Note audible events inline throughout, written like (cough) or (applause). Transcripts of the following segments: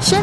生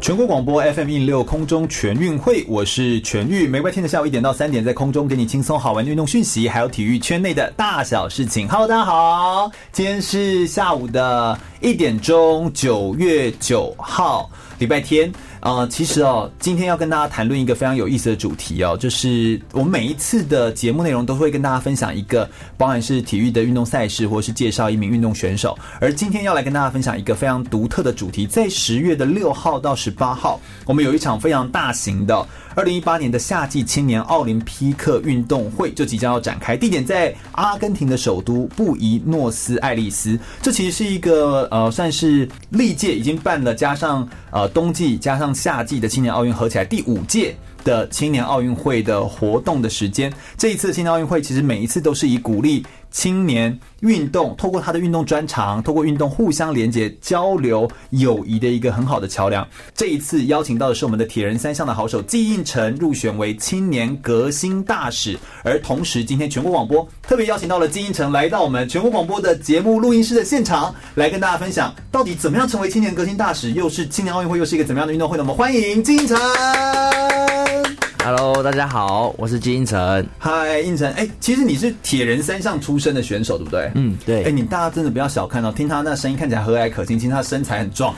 全国广播 FM 一六空中全运会，我是全玉。每个天的下午一点到三点，在空中给你轻松好玩的运动讯息，还有体育圈内的大小事情。Hello，大家好，今天是下午的一点钟，九月九号，礼拜天。呃，其实哦，今天要跟大家谈论一个非常有意思的主题哦，就是我们每一次的节目内容都会跟大家分享一个，包含是体育的运动赛事，或是介绍一名运动选手。而今天要来跟大家分享一个非常独特的主题，在十月的六号到十八号，我们有一场非常大型的哦二零一八年的夏季青年奥林匹克运动会就即将要展开，地点在阿根廷的首都布宜诺斯艾利斯。这其实是一个呃，算是历届已经办了，加上呃冬季加上夏季的青年奥运合起来第五届。的青年奥运会的活动的时间，这一次青年奥运会其实每一次都是以鼓励青年运动，透过他的运动专长，透过运动互相连接、交流、友谊的一个很好的桥梁。这一次邀请到的是我们的铁人三项的好手季应成，入选为青年革新大使。而同时，今天全国广播特别邀请到了季应成来到我们全国广播的节目录音室的现场，来跟大家分享到底怎么样成为青年革新大使，又是青年奥运会，又是一个怎么样的运动会呢？我们欢迎季应成。 Hello，大家好，我是金晨。嗨，应成，哎、其实你是铁人三项出身的选手，对不对？嗯，哎、对，你大家真的不要小看哦，听他那声音看起来和蔼可亲，听他身材很壮，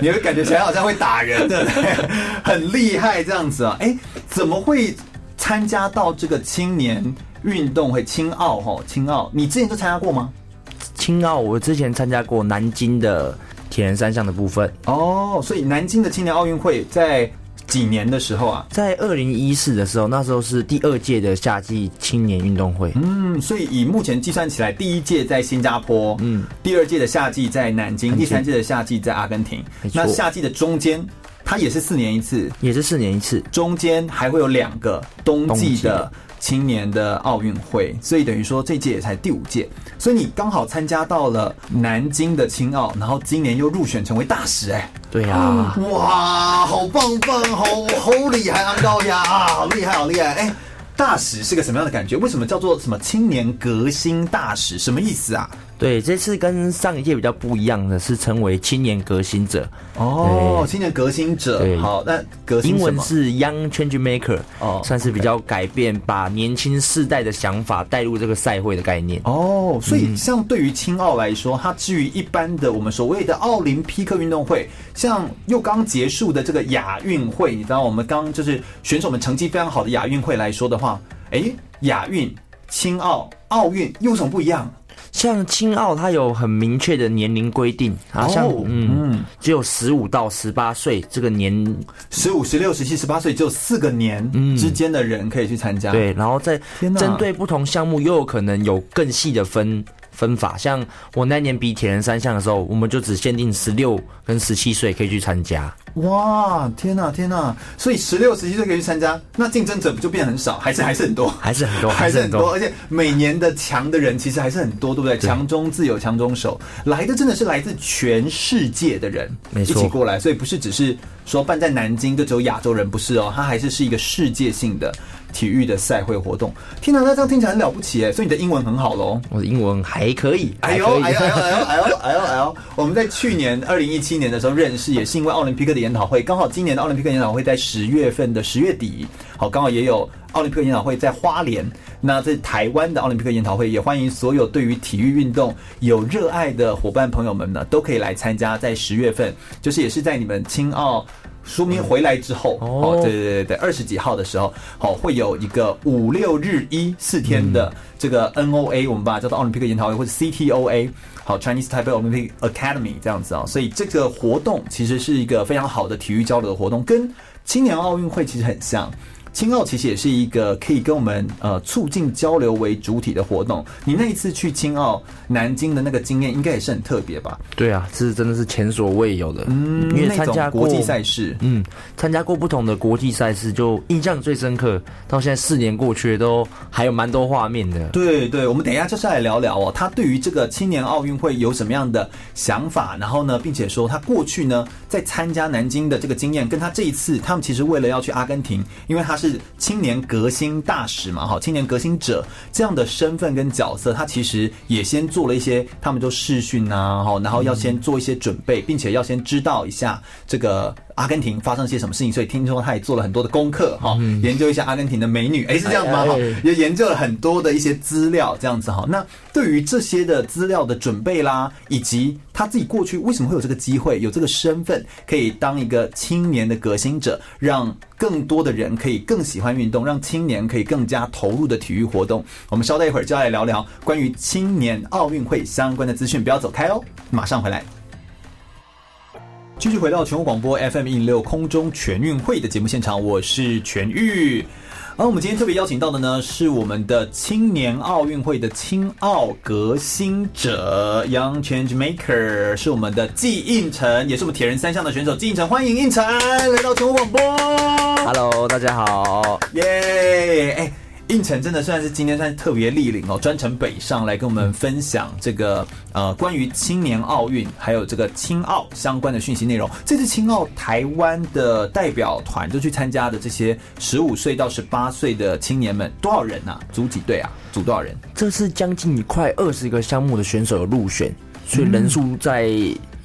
你会感觉起来好像会打人， (laughs) 对不对？很厉害这样子啊！哎、怎么会参加到这个青年运动会青奥？哈，青奥，你之前就参加过吗？青奥我之前参加过南京的铁人三项的部分，哦，所以南京的青年奥运会在几年的时候啊？在二零一四的时候，那时候是第二届的夏季青年运动会。嗯，所以以目前计算起来，第一届在新加坡，嗯，第二届的夏季在南京，第三届的夏季在阿根廷没。错那夏季的中间，它也是四年一次，也是四年一次，中间还会有两个冬冬季季的的青年的奥运会，所以等于说这届也才第五届，所以你刚好参加到了南京的青奥，然后今年又入选成为大使、哎。对啊呀、哇，好棒棒，好好厉害，安高呀，啊好厉害，好厉害！哎，大使是个什么样的感觉？为什么叫做什么青年革新大使？什么意思啊？对，这次跟上一届比较不一样的是成为青年革新者，哦，对青年革新者。对好，那革新英什文么？是 Young Change Maker，哦算是比较改变，把年轻世代的想法带入这个赛会的概念。哦，所以像对于青奥来说，它至于一般的我们所谓的奥林匹克运动会，像又刚结束的这个亚运会，你知道我们刚就是选手们成绩非常好的亚运会来说的话，诶，亚运、青奥、奥运又有什么不一样？像青奥，它有很明确的年龄规定，啊，像、哦嗯，只有十五到十八岁这个年，十五、十六、十七、十八岁，只有四个年之间的人可以去参加。，嗯对，然后再啊天哪针对不同项目又有可能有更细的分分法。像我那年比铁人三项的时候，我们就只限定十六跟十七岁可以去参加。哇，天哪，天哪！所以十六、十七岁可以去参加，那竞争者不就变很少？还是还是很多？还是很多还是很还是很多，多而且每年的强的人其实还是很多，对不对？强中自有强中手，来的真的是来自全世界的人，没错一起过来，所以不是只是说办在南京就只有亚洲人，不是哦，它还是是一个世界性的体育的赛会活动。天哪，那这样听起来很了不起哎，所以你的英文很好喽。我的英文还可以，哎还呦可以哎呦哎呦哎呦哎呦哎呦哎呦！我们在去年二零一七年的时候认识，也是因为奥林匹克的研讨会。刚好今年的奥林匹克研讨会在十月份的十月底，好，刚好也有奥林匹克研讨会在花莲。那在台湾的奥林匹克研讨会，也欢迎所有对于体育运动有热爱的伙伴朋友们呢，都可以来参加。在十月份，就是也是在你们青奥。说明回来之后，哦哦，对对对对，二十几号的时候，好、会有一个五六日一四天的嗯这个 NOA，、我们把它叫做奥林匹克研讨会或者 CTOA，好 Chinese Taipei Olympic Academy 这样子啊、所以这个活动其实是一个非常好的体育交流的活动，跟青年奥运会其实很像。青澳其实也是一个可以跟我们呃促进交流为主体的活动。你那一次去青澳南京的那个经验，应该也是很特别吧？对啊，这是真的是前所未有的，嗯，因为那参加种过国际赛事，嗯，参加过不同的国际赛事，就印象最深刻。到现在四年过去，都还有蛮多画面的。对对，我们等一下就是来聊聊哦，他对于这个青年奥运会有什么样的想法，然后呢，并且说他过去呢在参加南京的这个经验，跟他这一次他们其实为了要去阿根廷，因为他是青年革新大使嘛，哈，青年革新者这样的身份跟角色，他其实也先做了一些，他们就试训啊，哈，然后要先做一些准备，并且要先知道一下这个。阿根廷发生些什么事情，所以听说他也做了很多的功课哈，研究一下阿根廷的美女，诶，是这样子吗？哈哎哎也研究了很多的一些资料，这样子哈。那对于这些的资料的准备啦，以及他自己过去为什么会有这个机会，有这个身份，可以当一个青年的革新者，让更多的人可以更喜欢运动，让青年可以更加投入的体育活动。我们稍待一会儿就要来聊聊关于青年奥运会相关的资讯，不要走开哦，马上回来。继续回到全国广播 FM 一六空中全运会的节目现场，我是全玉。而我们今天特别邀请到的呢，是我们的青年奥运会的青奥革新者 Young Change Maker，是我们的季应晨，也是我们铁人三项的选手季应晨，欢迎应晨来到全国广播。 Hello，大家好。 (laughs) 耶！哎，应晨真的算是今天算是特别莅临哦，专程北上来跟我们分享这个呃关于青年奥运还有这个青奥相关的讯息内容。这次青奥台湾的代表团就去参加的这些十五岁到十八岁的青年们，多少人呐、啊？组几队啊？组多少人？这次将近快二十个项目的选手有入选，所以人数在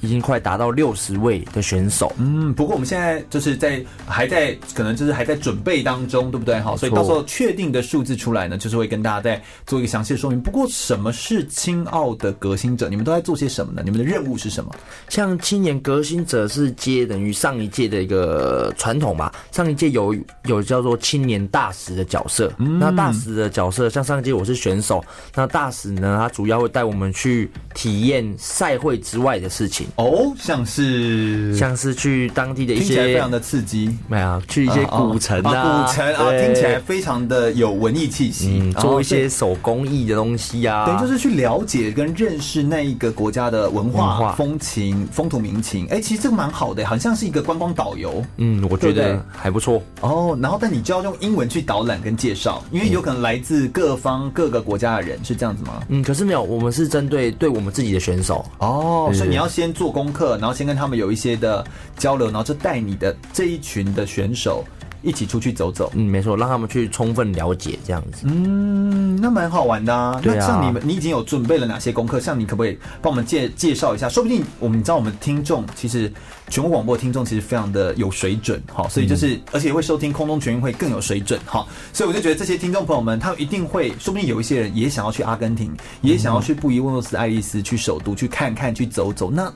已经快达到六十位的选手。嗯，不过我们现在就是在还在可能就是还在准备当中，对不对？好，所以没到错时候确定的数字出来呢，就是会跟大家再做一个详细的说明。不过，什么是青奥的革新者？你们都在做些什么呢？你们的任务是什么？像青年革新者是接等于上一届的一个传统吧，上一届有有叫做青年大使的角色，嗯那大使的角色像上一届我是选手，那大使呢他主要会带我们去体验赛会之外的事情，哦，像是像是去当地的一嗯听起来非些常的刺激，没有去一些古城啊啊古城啊，对听起来非常的有文艺气息，嗯然后做一些手工艺的东西啊，等于就是去了解跟认识那一个国家的文化、文化风情、风土民情。哎、其实这个蛮好的，好像是一个观光导游。嗯，我对觉不得对还不错。哦，然后但你就要用英文去导览跟介绍，因为有可能来自各方各个国家的人，是这样子吗？嗯，可是没有，我们是针对对我们自己的选手，哦，对所以对你要先做功课，然后先跟他们有一些的交流，然后就带你的这一群的选手一起出去走走。嗯，没错，让他们去充分了解这样子。嗯，那蛮好玩的啊。对啊那像你们，你已经有准备了哪些功课？像你可不可以帮我们介介绍一下？说不定我们你知道我们听众其实全国广播听众其实非常的有水准，好，所以就是、而且会收听空中全运会更有水准，好，所以我就觉得这些听众朋友们，他们一定会，说不定有一些人也想要去阿根廷，也想要去布宜诺斯艾利斯去首都去看看去走走。那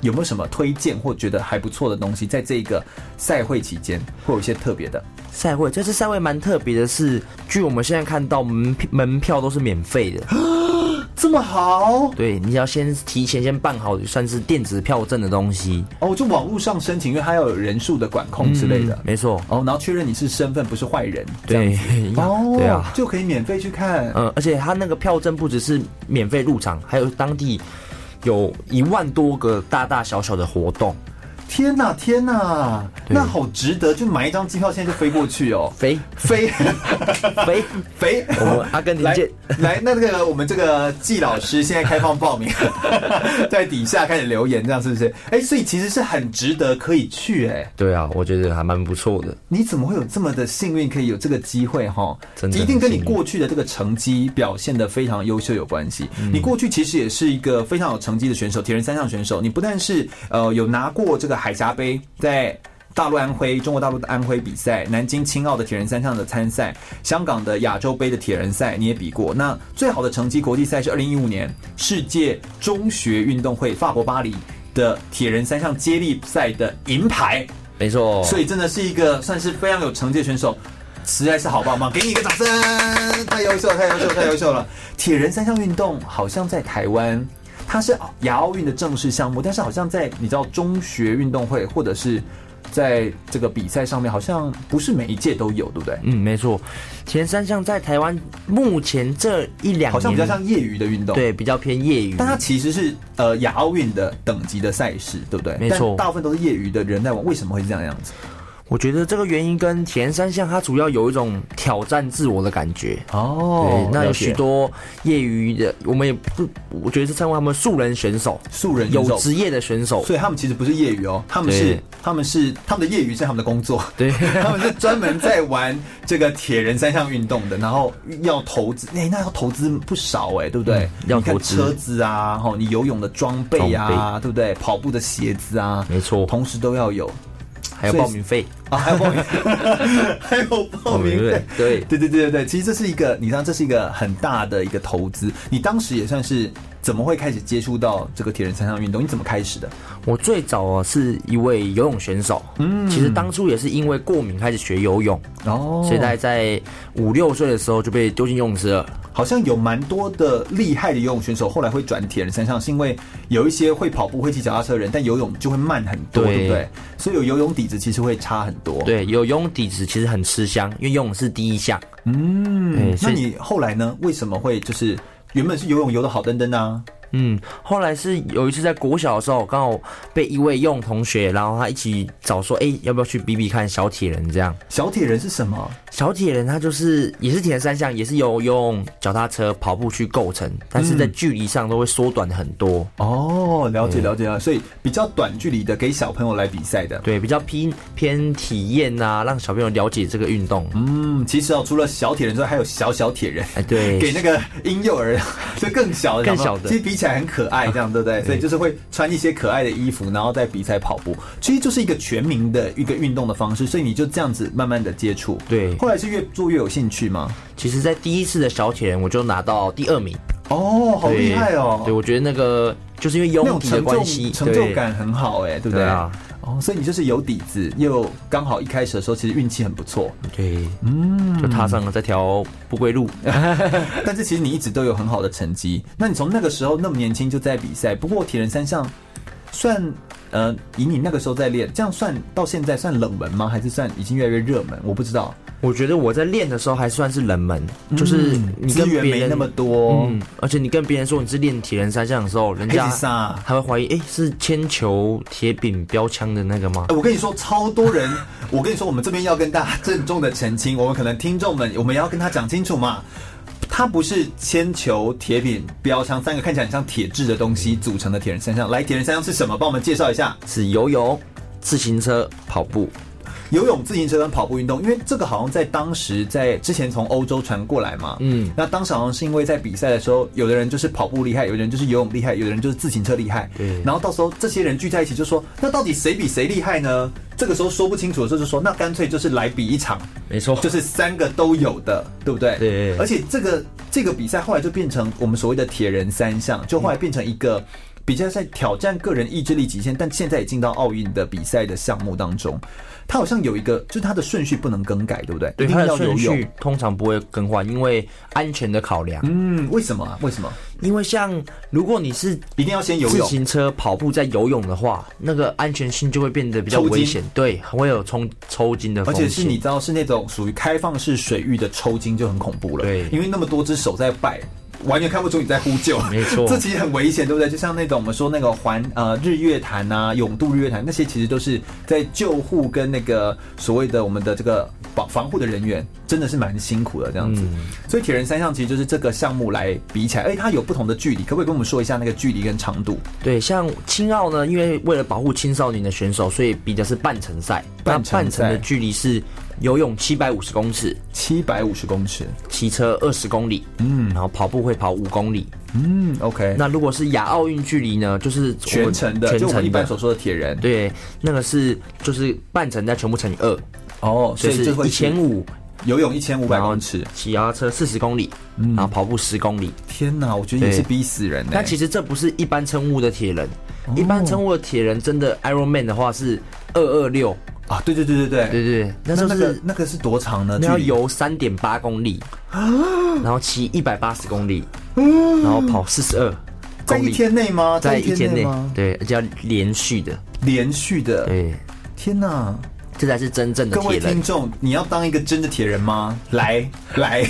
有没有什么推荐或觉得还不错的东西，在这个赛会期间会有一些特别的？赛会这次赛会蛮特别的是，据我们现在看到门票门票都是免费 (gasps) 的，这么好对，你要先提前先办好，算是电子票证的东西哦，就网络上申请，因为它要有人数的管控之类的。嗯没错，哦，然后确认你是身份，不是坏人，这样对子。，要 (laughs) 哦，对啊，就可以免费去看。嗯，而且他那个票证不只是免费入场，还有当地有一万多个大大小小的活动，天哪，天哪，对那好值得，就买一张机票，现在就飞过去哦， (laughs) 飞飞飞，飞。我们阿根 (laughs) 廷来见。来，那这个我们这个季老师现在开放报名， (laughs) 在底下开始留言，这样是不是？哎、所以其实是很值得可以去哎、对啊，我觉得还蛮不错的。你怎么会有这么的幸运，可以有这个机会哈？真的一很定跟你幸运过去的这个成绩表现的非常优秀有关系。嗯你过去其实也是一个非常有成绩的选手，铁人三项选手。你不但是呃有拿过这个海峡杯，在。大陆安徽，中国大陆的安徽比赛，南京青奥的铁人三项的参赛，香港的亚洲杯的铁人赛，你也比过。那最好的成绩国际赛是二零一五年世界中学运动会法国巴黎的铁人三项接力赛的银牌，没错，所以真的是一个算是非常有成绩的选手，实在是好棒棒，给你一个掌声！太优秀了，太优秀了，太优秀了！铁人三项运动好像在台湾，它是亚奥运的正式项目，但是好像在你知道中学运动会或者是在这个比赛上面好像不是每一届都有，对不对？嗯，没错，前三项在台湾目前这一两年好像比较像业余的运动。对比较偏业余，但它其实是呃亚奥运的等级的赛事，对不对？没错但大部分都是业余的人在玩，为什么会是这样样子？我觉得这个原因跟田三项它主要有一种挑战自我的感觉。哦对，那有许多业余的，我们也不，我觉得是称为他们素人选手，素人选手有职业的选手。所以他们其实不是业余哦，他们是哦对他们是他们的业余是他们的工作，对 (laughs) 他们是专门在玩这个铁人三项运动的，然后要投资，哎、那要投资不少哎、对不对？嗯要你看投资车子啊，吼，你游泳的装备啊，装哦对不对？跑步的鞋子啊，没错同时都要有还有所以报名费，啊，还有报名， (laughs) 还有报名费，哦对对对对对对，其实这是一个，你知道，这是一个很大的一个投资。你当时也算是怎么会开始接触到这个铁人三项运动？你怎么开始的？我最早啊是一位游泳选手，嗯，其实当初也是因为过敏开始学游泳，哦所以大概在五六岁的时候就被丢进游泳池了。好像有蛮多的厉害的游泳选手，后来会转铁人三项，是因为有一些会跑步、会骑脚踏车的人，但游泳就会慢很多，对对不对？所以有游泳底子其实会差很多。，对，有游泳底子其实很吃香，因为游泳是第一项。嗯对，那所以你后来呢？为什么会就是原本是游泳游的好登登啊？嗯，后来是有一次在国小的时候，刚好被一位游泳同学，然后他一起找说，哎、要不要去比比看小铁人这样？小铁人是什么？小铁人他就是也是铁人三项，也是由游泳、脚踏车、跑步去构成，但嗯是在距离上都会缩短很多。哦，了解了解了，所以比较短距离的给小朋友来比赛的。对，比较偏偏体验呐、让小朋友了解这个运动。嗯，其实哦，除了小铁人之外，还有小小铁人。哎，对，给那个婴幼 (laughs) 儿，就更小的，更小朋友小的嗯其实比起来很可爱，这样对不对？所以就是会穿一些可爱的衣服，然后在比赛跑步，其实就是一个全民的一个运动的方式，所以你就这样子慢慢的接触。对后来是越做越有兴趣吗？其实，在第一次的小铁人，我就拿到第二名，哦，好厉对害哦！对，我觉得那个就是因为游那种泳底的成就关系，成就对感很好哎，对不对啊哦，所以你就是有底子，又刚好一开始的时候其实运气很不错，对，嗯，就踏上了这条不归路。但是其实你一直都有很好的成绩。那你从那个时候那么年轻就在比赛，不过铁人三项算呃，以你那个时候在练，这样算到现在算冷门吗？还是算已经越来越热门？我不知道，我觉得我在练的时候还算是冷门，就是你嗯资跟源别没人那么多。嗯，而且你跟别人说你是练铁人三项的时候，人黑家子萨，还会怀疑，哎、是铅球、铁饼、标枪的那个吗哎？我跟你说，超多人，我跟你说，我们这边要跟大家郑重的澄清，我们可能听众们，我们也要跟他讲清楚嘛。它不是铅球、铁饼、标枪三个看起来很像铁质的东西组成的铁人三项。来，铁人三项是什么？帮我们介绍一下。是游泳、自行车、跑步。游泳、自行车跟跑步运动，因为这个好像在当时在之前从欧洲传过来嘛，嗯嗯，那当时好像是因为在比赛的时候，有的人就是跑步厉害，有的人就是游泳厉害，有的人就是自行车厉害，对然后到时候这些人聚在一起就说，那到底谁比谁厉害呢？这个时候说不清楚的时候就说，那干脆就是来比一场，没错就是三个都有的，对不对？对而且这个这个比赛后来就变成我们所谓的铁人三项，就后来变成一个。比较在挑战个人意志力极限，但现在也进到奥运的比赛的项目当中。它好像有一个，就是它的顺序不能更改，对不对？对一它定要的游顺泳序。通常不会更换，因为安全的考量。嗯，为什么啊？为什么因为像如果你是一定要先游自泳？行车、跑步再游泳的话，那个安全性就会变得比较抽筋危险，对，会有冲抽筋的而风险。且是你知道是那种属于开放式水域的抽筋就很恐怖了，对因为那么多只手在摆，完全看不出你在呼救，没错这其实很危险，对不对？就像那种我们说那个环呃日月潭啊、永渡日月潭那些，其实都是在救护跟那个所谓的我们的这个保防护的人员，真的是蛮辛苦的这样子。嗯所以铁人三项其实就是这个项目来比起来，而哎且它有不同的距离，可不可以跟我们说一下那个距离跟长度？对，像青奥呢，因为为了保护青少年的选手，所以比的是半程赛。半那程赛半程的距离是游泳七百五十公尺，七百五十公尺，骑车二十公里，嗯，然后跑步会跑五公里。嗯，OK，那如果是亚奥运距离呢，就是我全们程的，全就我程们的一般所说的铁人，对，那个是就是半程再全部乘以二，哦，所就以是这会一千五，游泳一千五百然后公尺，嗯骑脚踏车四十公里，然后跑步十公里。天哪，我觉得也是对逼死人呢、欸但其实实这不是一般称呼的铁人，哦一般称呼的铁人真的 Iron Man 的话是二二六，啊，对对对对对对对对，那那时候那个是那个是多长呢？那要距离游三点八公里，然后骑一百八十公里，然后跑四十二在公一里，天内吗？在一天内吗？对，而且要连续的，连续的，对，天哪！这才是真正的各铁位人听。众，你要当一个真的铁人吗？来来，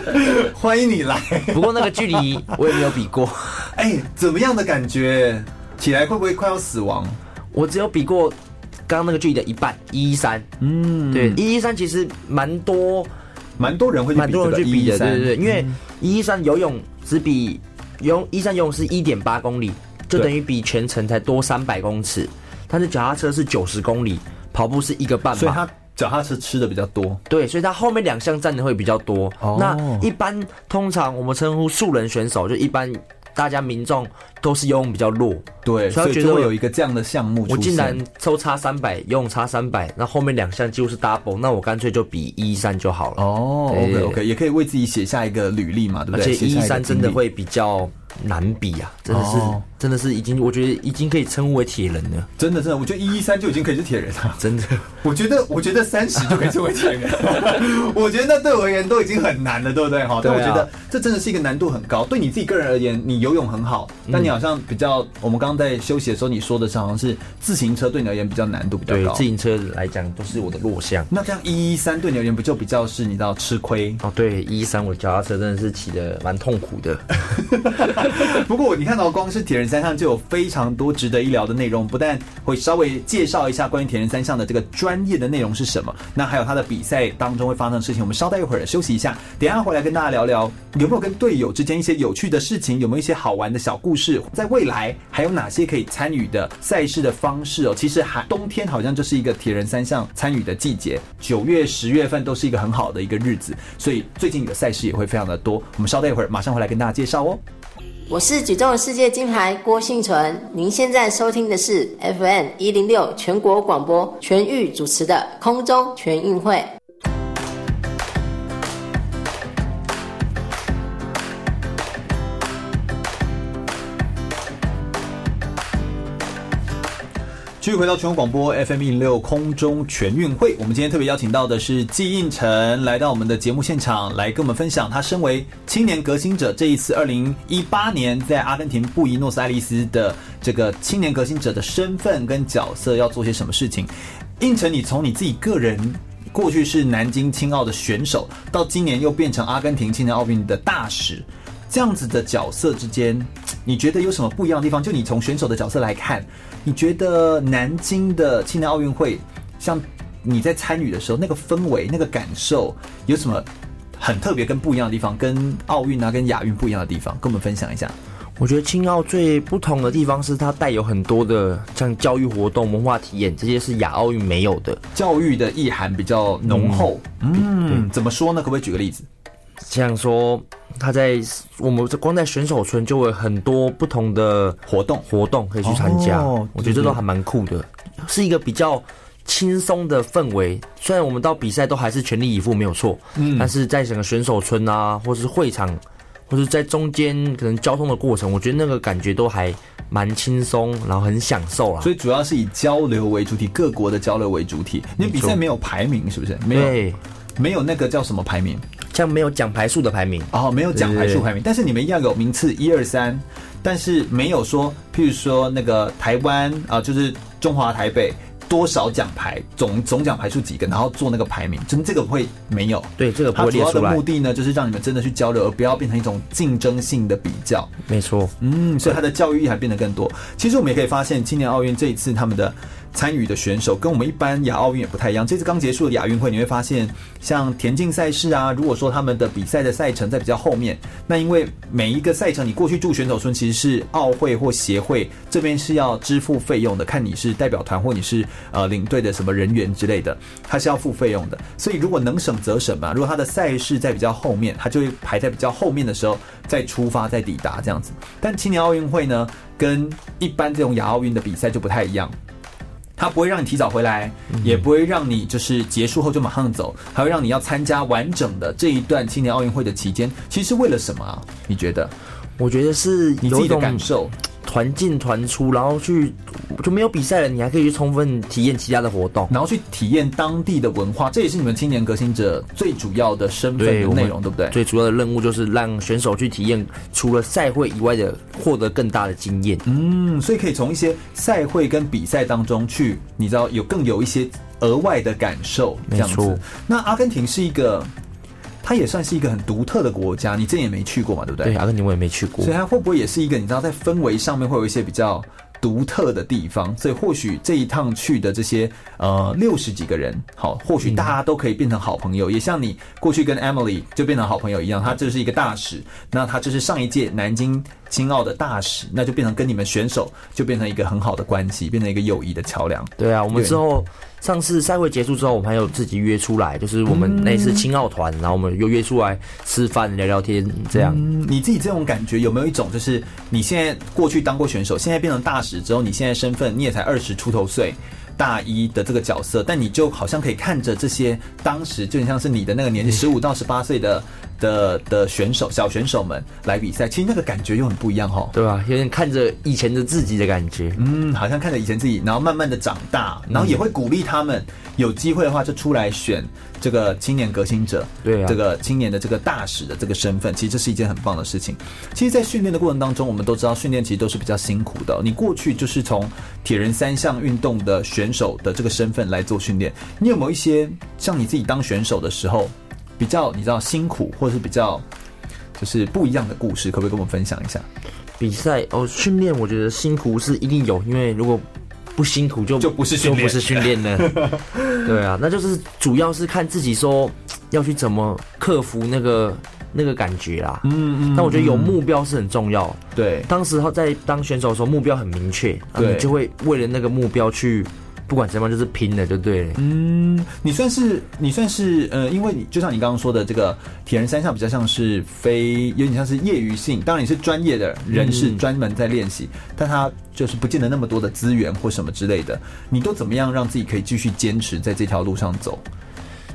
(laughs) 欢迎你来！ (laughs) (laughs) 不过那个距离我也没有比过，哎、怎么样的感觉？起来会不会快要死亡？我只有比过刚刚那个距离的一半，一一三。嗯，对，一一三其实蛮多，蛮多人会去蛮比嗯这多个人去一比的，三，对对对，因为一一三游泳只比游一三游泳是一点八公里，就对等于比全程才多三百公尺，但是脚踏车是九十公里，跑步是一个半所以马。他脚踏车吃的比较多。对，所以他后面两项占的会比较多。哦那一般通常我们称呼素人选手，就一般大家民众都是游泳比较弱，对，所所以他以觉就得会我有一个这样的项目出我竟现然抽差三百，游泳差三百，那后面两项几乎是 double，那我干脆就比一三就好了。哦，OK 对 OK，也可以为自己写下一个履历嘛，对不而对？且写下一个三经真的历会比较难比啊，真的是、哦真的是已经，我觉得已经可以称为铁人了，真的真的，我觉得一一三就已经可以是铁人了。真的。我觉得我觉得三十就可以成为铁人， (laughs) 我觉得那对我而言都已经很难了，对不对？哈，对但啊我觉得这真的是一个难度很高。对你自己个人而言，你游泳很好，嗯但你好像比较，我们刚刚在休息的时候你说的是好像是自行车对你而言比较难度比较对，高自。行车来讲都是我的弱项。那这样一一三对你而言不就比较是你知道吃亏？哦，对，一三我脚踏车真的是骑的蛮痛苦的。 (laughs) 不过你看到光是铁人三项就有非常多值得一聊的内容，不但会稍微介绍一下关于铁人三项的这个专业的内容是什么，那还有他的比赛当中会发生的事情。我们稍待一会儿休息一下，等一下回来跟大家聊聊有没有跟队友之间一些有趣的事情，有没有一些好玩的小故事，在未来还有哪些可以参与的赛事的方式哦。其实还冬天好像就是一个铁人三项参与的季节，九月、十月份都是一个很好的一个日子，所以最近的赛事也会非常的多。我们稍待一会儿，马上回来跟大家介绍哦。我是举重世界金牌郭幸存，您现在收听的是 FM 一零六全国广播全域主持的空中全运会。继续回到全国广播 FM 一六空中全运会，我们今天特别邀请到的是季应晨来到我们的节目现场，来跟我们分享他身为青年革新者这一次二零一八年在阿根廷布宜诺斯艾利斯的这个青年革新者的身份跟角色要做些什么事情。应晨，你从你自己个人。过去是南京青奥的选手，到今年又变成阿根廷青年奥运的大使，这样子的角色之间，你觉得有什么不一样的地方？就你从选手的角色来看，你觉得南京的青年奥运会，像你在参与的时候，那个氛围、那个感受，有什么很特别跟不一样的地方？跟奥运啊、跟亚运不一样的地方，跟我们分享一下。我觉得青奥最不同的地方是它带有很多的像教育活动、文化体验，这些是亚奥运没有的。教育的意涵比较浓厚，嗯，怎么说呢？可不可以举个例子？像说他在我们这光在选手村就会有很多不同的活动活动可以去参加，哦我觉得这都还蛮酷的，是一个比较轻松的氛围。虽然我们到比赛都还是全力以赴没有错，嗯，但是在整个选手村啊，或是会场，或是在中间可能交通的过程，我觉得那个感觉都还蛮轻松，然后很享受啊啦。所以主要是以交流为主体，各国的交流为主体。你比赛没有排名是不是？没有，对，没有那个叫什么排名？像没有奖牌数的排名，哦，没有奖牌数排名，但是你们要有名次一二三，但是没有说，譬如说那个台湾啊、就是中华台北多少奖牌，总总奖牌数几个，然后做那个排名，真这个会没有。对，这个不它会主列要出的来目，的呢，就是让你们真的去交流，而不要变成一种竞争性的比较。没错。嗯，所以它的教育意涵变得更多。其实我们也可以发现，今年奥运这一次他们的参与的选手跟我们一般亚奥运也不太一样。这次刚结束的亚运会，你会发现，像田径赛事啊，如果说他们的比赛的赛程在比较后面，那因为每一个赛程你过去住选手村其实是奥会或协会这边是要支付费用的，看你是代表团或你是呃领队的什么人员之类的，它是要付费用的。所以如果能省则省嘛，如果他的赛事在比较后面，他就会排在比较后面的时候再出发再抵达这样子。但青年奥运会呢，跟一般这种亚奥运的比赛就不太一样。它不会让你提早回来，也不会让你就是结束后就马上走，还会让你要参加完整的这一段青年奥运会的期间。其实是为了什么啊？你觉得？我觉得是你自有一己的种感受？团进团出，然后去就没有比赛了，你还可以去充分体验其他的活动。然后去体验当地的文化，这也是你们青年革新者最主要的身份的我们内容，对不对？最主要的任务就是让选手去体验除了赛会以外的，获得更大的经验。嗯，所以可以从一些赛会跟比赛当中去，你知道有更有一些额外的感受，这样没子错。那阿根廷是一个，它也算是一个很独特的国家，你之前也没去过嘛，对不对？对，阿根廷我也没去过所以。它会不会也是一个你知道在氛围上面会有一些比较独特的地方？所以或许这一趟去的这些呃六十几个人，好，或许大家都可以变成好朋友，也像你过去跟 Emily 就变成好朋友一样，他就是一个大使，那他就是上一届南京青奥的大使，那就变成跟你们选手就变成一个很好的关系，变成一个友谊的桥梁。对啊，我们对之后上次赛会结束之后，我们还有自己约出来，就是我嗯们那次青奥团，然后我们又约出来吃饭聊聊天这样。嗯，你自己这种感觉有没有一种，就是你现在过去当过选手，现在变成大使之后，你现在身份你也才二十出头岁，大一的这个角色，但你就好像可以看着这些当时就很像是你的那个年纪十五到十八岁的的的选手小选手们来比赛，其实那个感觉又很不一样哦。对吧、有点看着以前的自己的感觉。嗯，好像看着以前自己，然后慢慢的长大，然后也会鼓励他们，有机会的话就出来选这个青年革新者，对啊这个青年的这个大使的这个身份，其实这是一件很棒的事情。其实，在训练的过程当中，我们都知道训练其实都是比较辛苦的哦。你过去就是从铁人三项运动的选手的这个身份来做训练，你有没有一些像你自己当选手的时候，比较你知道辛苦，或是比较就是不一样的故事，可不可以跟我们分享一下？比赛哦，训练我觉得辛苦是一定有，因为如果不辛苦就就不是训练就不是训练了。 (laughs) 对啊，那就是主要是看自己说要去怎么克服那个那个感觉啦。嗯但我觉得有目标是很重要。对。当时他在当选手的时候，目标很明确，啊对你就会为了那个目标去，不管怎么样就是拼了，就对了。嗯，你算是你算是呃，因为你就像你刚刚说的，这个铁人三项比较像是非有点像是业余性，当然你是专业的人士嗯专门在练习，但他就是不见得那么多的资源或什么之类的，你都怎么样让自己可以继续坚持在这条路上走？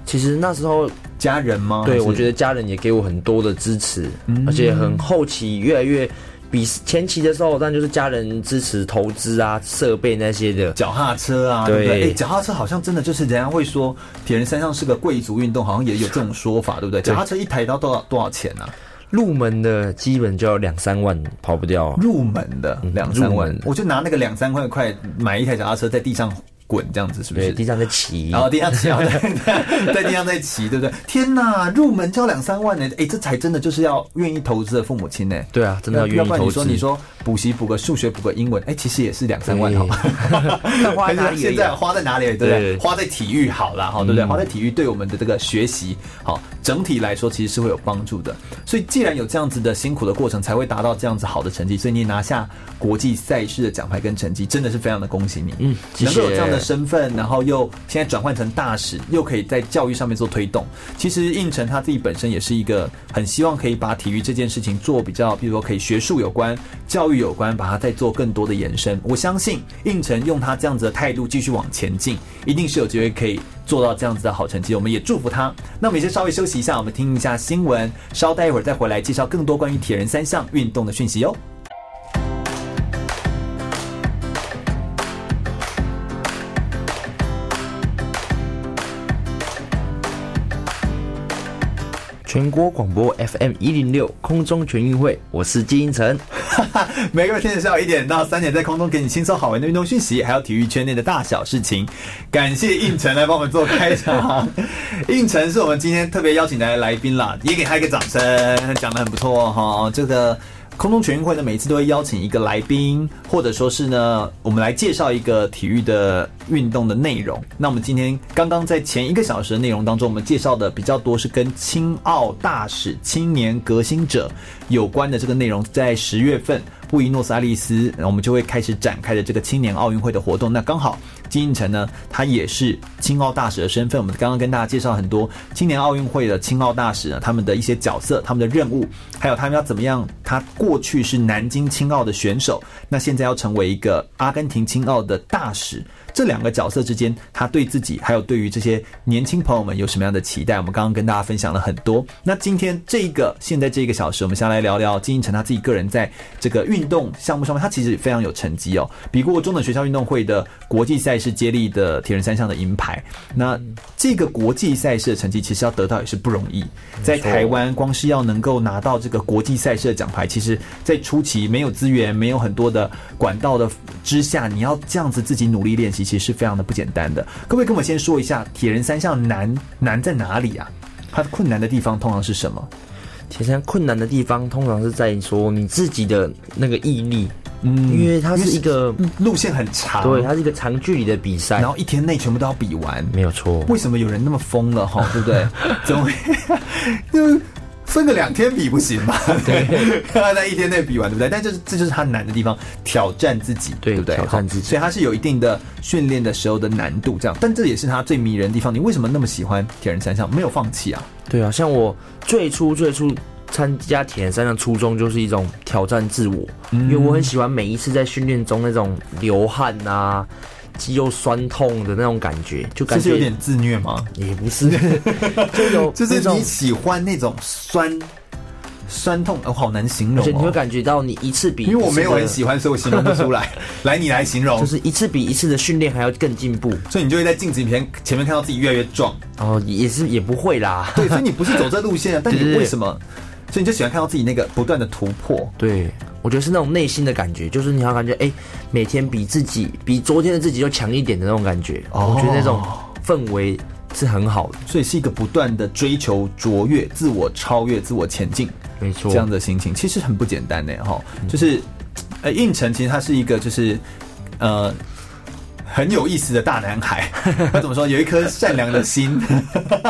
其实那时候家人吗？对，我觉得得家人也给我很多的支持，嗯而且很后期越来越比前期的时候，但就是家人支持投资啊、设备那些的。脚踏车啊，对不对？对哎，脚踏车好像真的就是人家会说铁人三项是个贵族运动，好像也有这种说法，对不对？脚踏车一台要多少多少钱啊？入门的基本就要两三万，跑不掉。入门的两三嗯入万门的，我就拿那个两三块块买一台脚踏车，在地上滚这样子，是不对，是？地上在骑然，后地上骑，然后 (laughs) 在在地上在骑，对不对？天哪，入门就要两三万呢！哎，这才真的就是要愿意投资的父母亲呢。对啊真的要愿意不然你说投资你说补习补个数学补个英文，哎，其实也是两三万对好 (laughs) 吧？看花在哪里而现已啊在哦花在哪里？对不对？对嗯花在体育好啦，哈，对不对？花在体育对我们的这个学习，好，整体来说其实是会有帮助的。所以既然有这样子的辛苦的过程，才会达到这样子好的成绩。所以你拿下国际赛事的奖牌跟成绩，真的是非常的恭喜你。嗯，谢能够有谢这样的身份，然后又现在转换成大使，又可以在教育上面做推动。其实应成他自己本身也是一个很希望可以把体育这件事情做比较，比如说可以学术有关、教育有关，把它再做更多的延伸。我相信应成用他这样子的态度继续往前进，一定是有机会可以做到这样子的好成绩。我们也祝福他。那我们也先稍微休息一下，我们听一下新闻，稍待一会儿再回来介绍更多关于铁人三项运动的讯息哟、哦全国广播 FM 一零六空中全运会，我是金英成。 (laughs) 每个月天下午一点到三点，在空中给你轻松好玩的运动讯息，还有体育圈内的大小事情。感谢应晨来帮我们做开场，应晨是我们今天特别邀请来的来宾啦，也给他一个掌声，讲的很不错哈、这个。空中全运会呢，每次都会邀请一个来宾，或者说是呢，我们来介绍一个体育的运动的内容。那我们今天刚刚在前一个小时的内容当中，我们介绍的比较多是跟青奥大使、青年革新者有关的这个内容，在十月份布宜诺斯艾利斯，我们就会开始展开的这个青年奥运会的活动。那刚好金应成呢，他也是青奥大使的身份。我们刚刚跟大家介绍很多青年奥运会的青奥大使呢，他们的一些角色、他们的任务，还有他们要怎么样。他过去是南京青奥的选手，那现在要成为一个阿根廷青奥的大使，这两个角色之间，他对自己还有对于这些年轻朋友们有什么样的期待？我们刚刚跟大家分享了很多。那今天这一个现在这一个小时，我们先来聊聊金英成他自己个人在这个运动项目上面，他其实非常有成绩哦，比过中等学校运动会的国际赛事接力的铁人三项的银牌。那这个国际赛事的成绩其实要得到也是不容易，在台湾光是要能够拿到这个国际赛事的奖牌，其实在初期没有资源、没有很多的管道的之下，你要这样子自己努力练习，其实是非常的不简单的。各位跟我先说一下铁人三项难难在哪里啊？它困难的地方通常是什么？其实困难的地方通常是在于说你自己的那个毅力，嗯，因为它是一个，路线很长，对，它是一个长距离的比赛嗯然，后一天内全部都要比完，没有错。为什么有人那么疯了 (laughs) 哈？对不对？怎么会就分个两天比不行吗？对，在一天内比完，对不对？但这是这就是他难的地方，挑战自己，对不对？挑战自己所以他是有一定的训练的时候的难度，这样。但这也是他最迷人的地方。你为什么那么喜欢铁人三项？没有放弃啊？对啊，像我最初最初参加铁人三项初衷就是一种挑战自我，嗯因为我很喜欢每一次在训练中那种流汗啊、肌肉酸痛的那种感觉，就这感是觉有点自虐吗？也不是， (laughs) 就有就是那种你喜欢那种酸酸痛，哦，好难形而容且你会哦。感觉到你一次比因为我没有很喜欢，欢，所以我形容不出 (laughs) 来。来，你来形容就。是一次比一次的训练还要更进步，所以你就会在镜子前前面看到自己越来越壮，然后也是也不会啦。对，所以你不是走这路线啊，但你对对对为什么？所以你就喜欢看到自己那个不断的突破，对，我觉得是那种内心的感觉，就是你要感觉哎、每天比自己比昨天的自己又强一点的那种感觉。哦我觉得那种氛围是很好的，所以是一个不断的追求卓越、自我超越、自我前进没错。这样的心情，其实很不简单呢，哈。就是，呃，应城其实他是一个就是，呃。很有意思的大男 (laughs) 孩，他怎么说？有一颗善良的心， (laughs)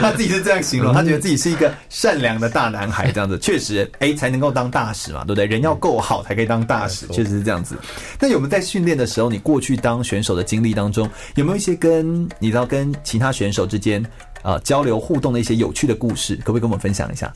他自己是这样形容，嗯他觉得自己是一个善良的大男孩，这样子确实，哎、才能够当大使嘛，对不对？人要够好才可以当大使，确实是这样子。那有没有在训练的时候，你过去当选手的经历当中，有没有一些跟你知道跟其他选手之间呃交流互动的一些有趣的故事？可不可以跟我们分享一下？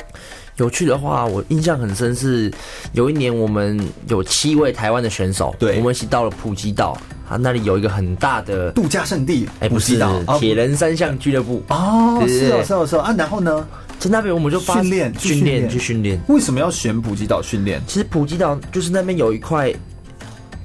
有趣的话，我印象很深是有一年我们有七位台湾的选手，对我们一起到了普吉岛，啊，那里有一个很大的，度假胜地，哎、不普吉是岛哦铁人三项俱乐部，哦，对对是对哦，是哦，是哦啊，然后呢？在那边我们就发训练去训训练练去训练。为什么要选普吉岛训练？其实普吉岛就是那边有一块，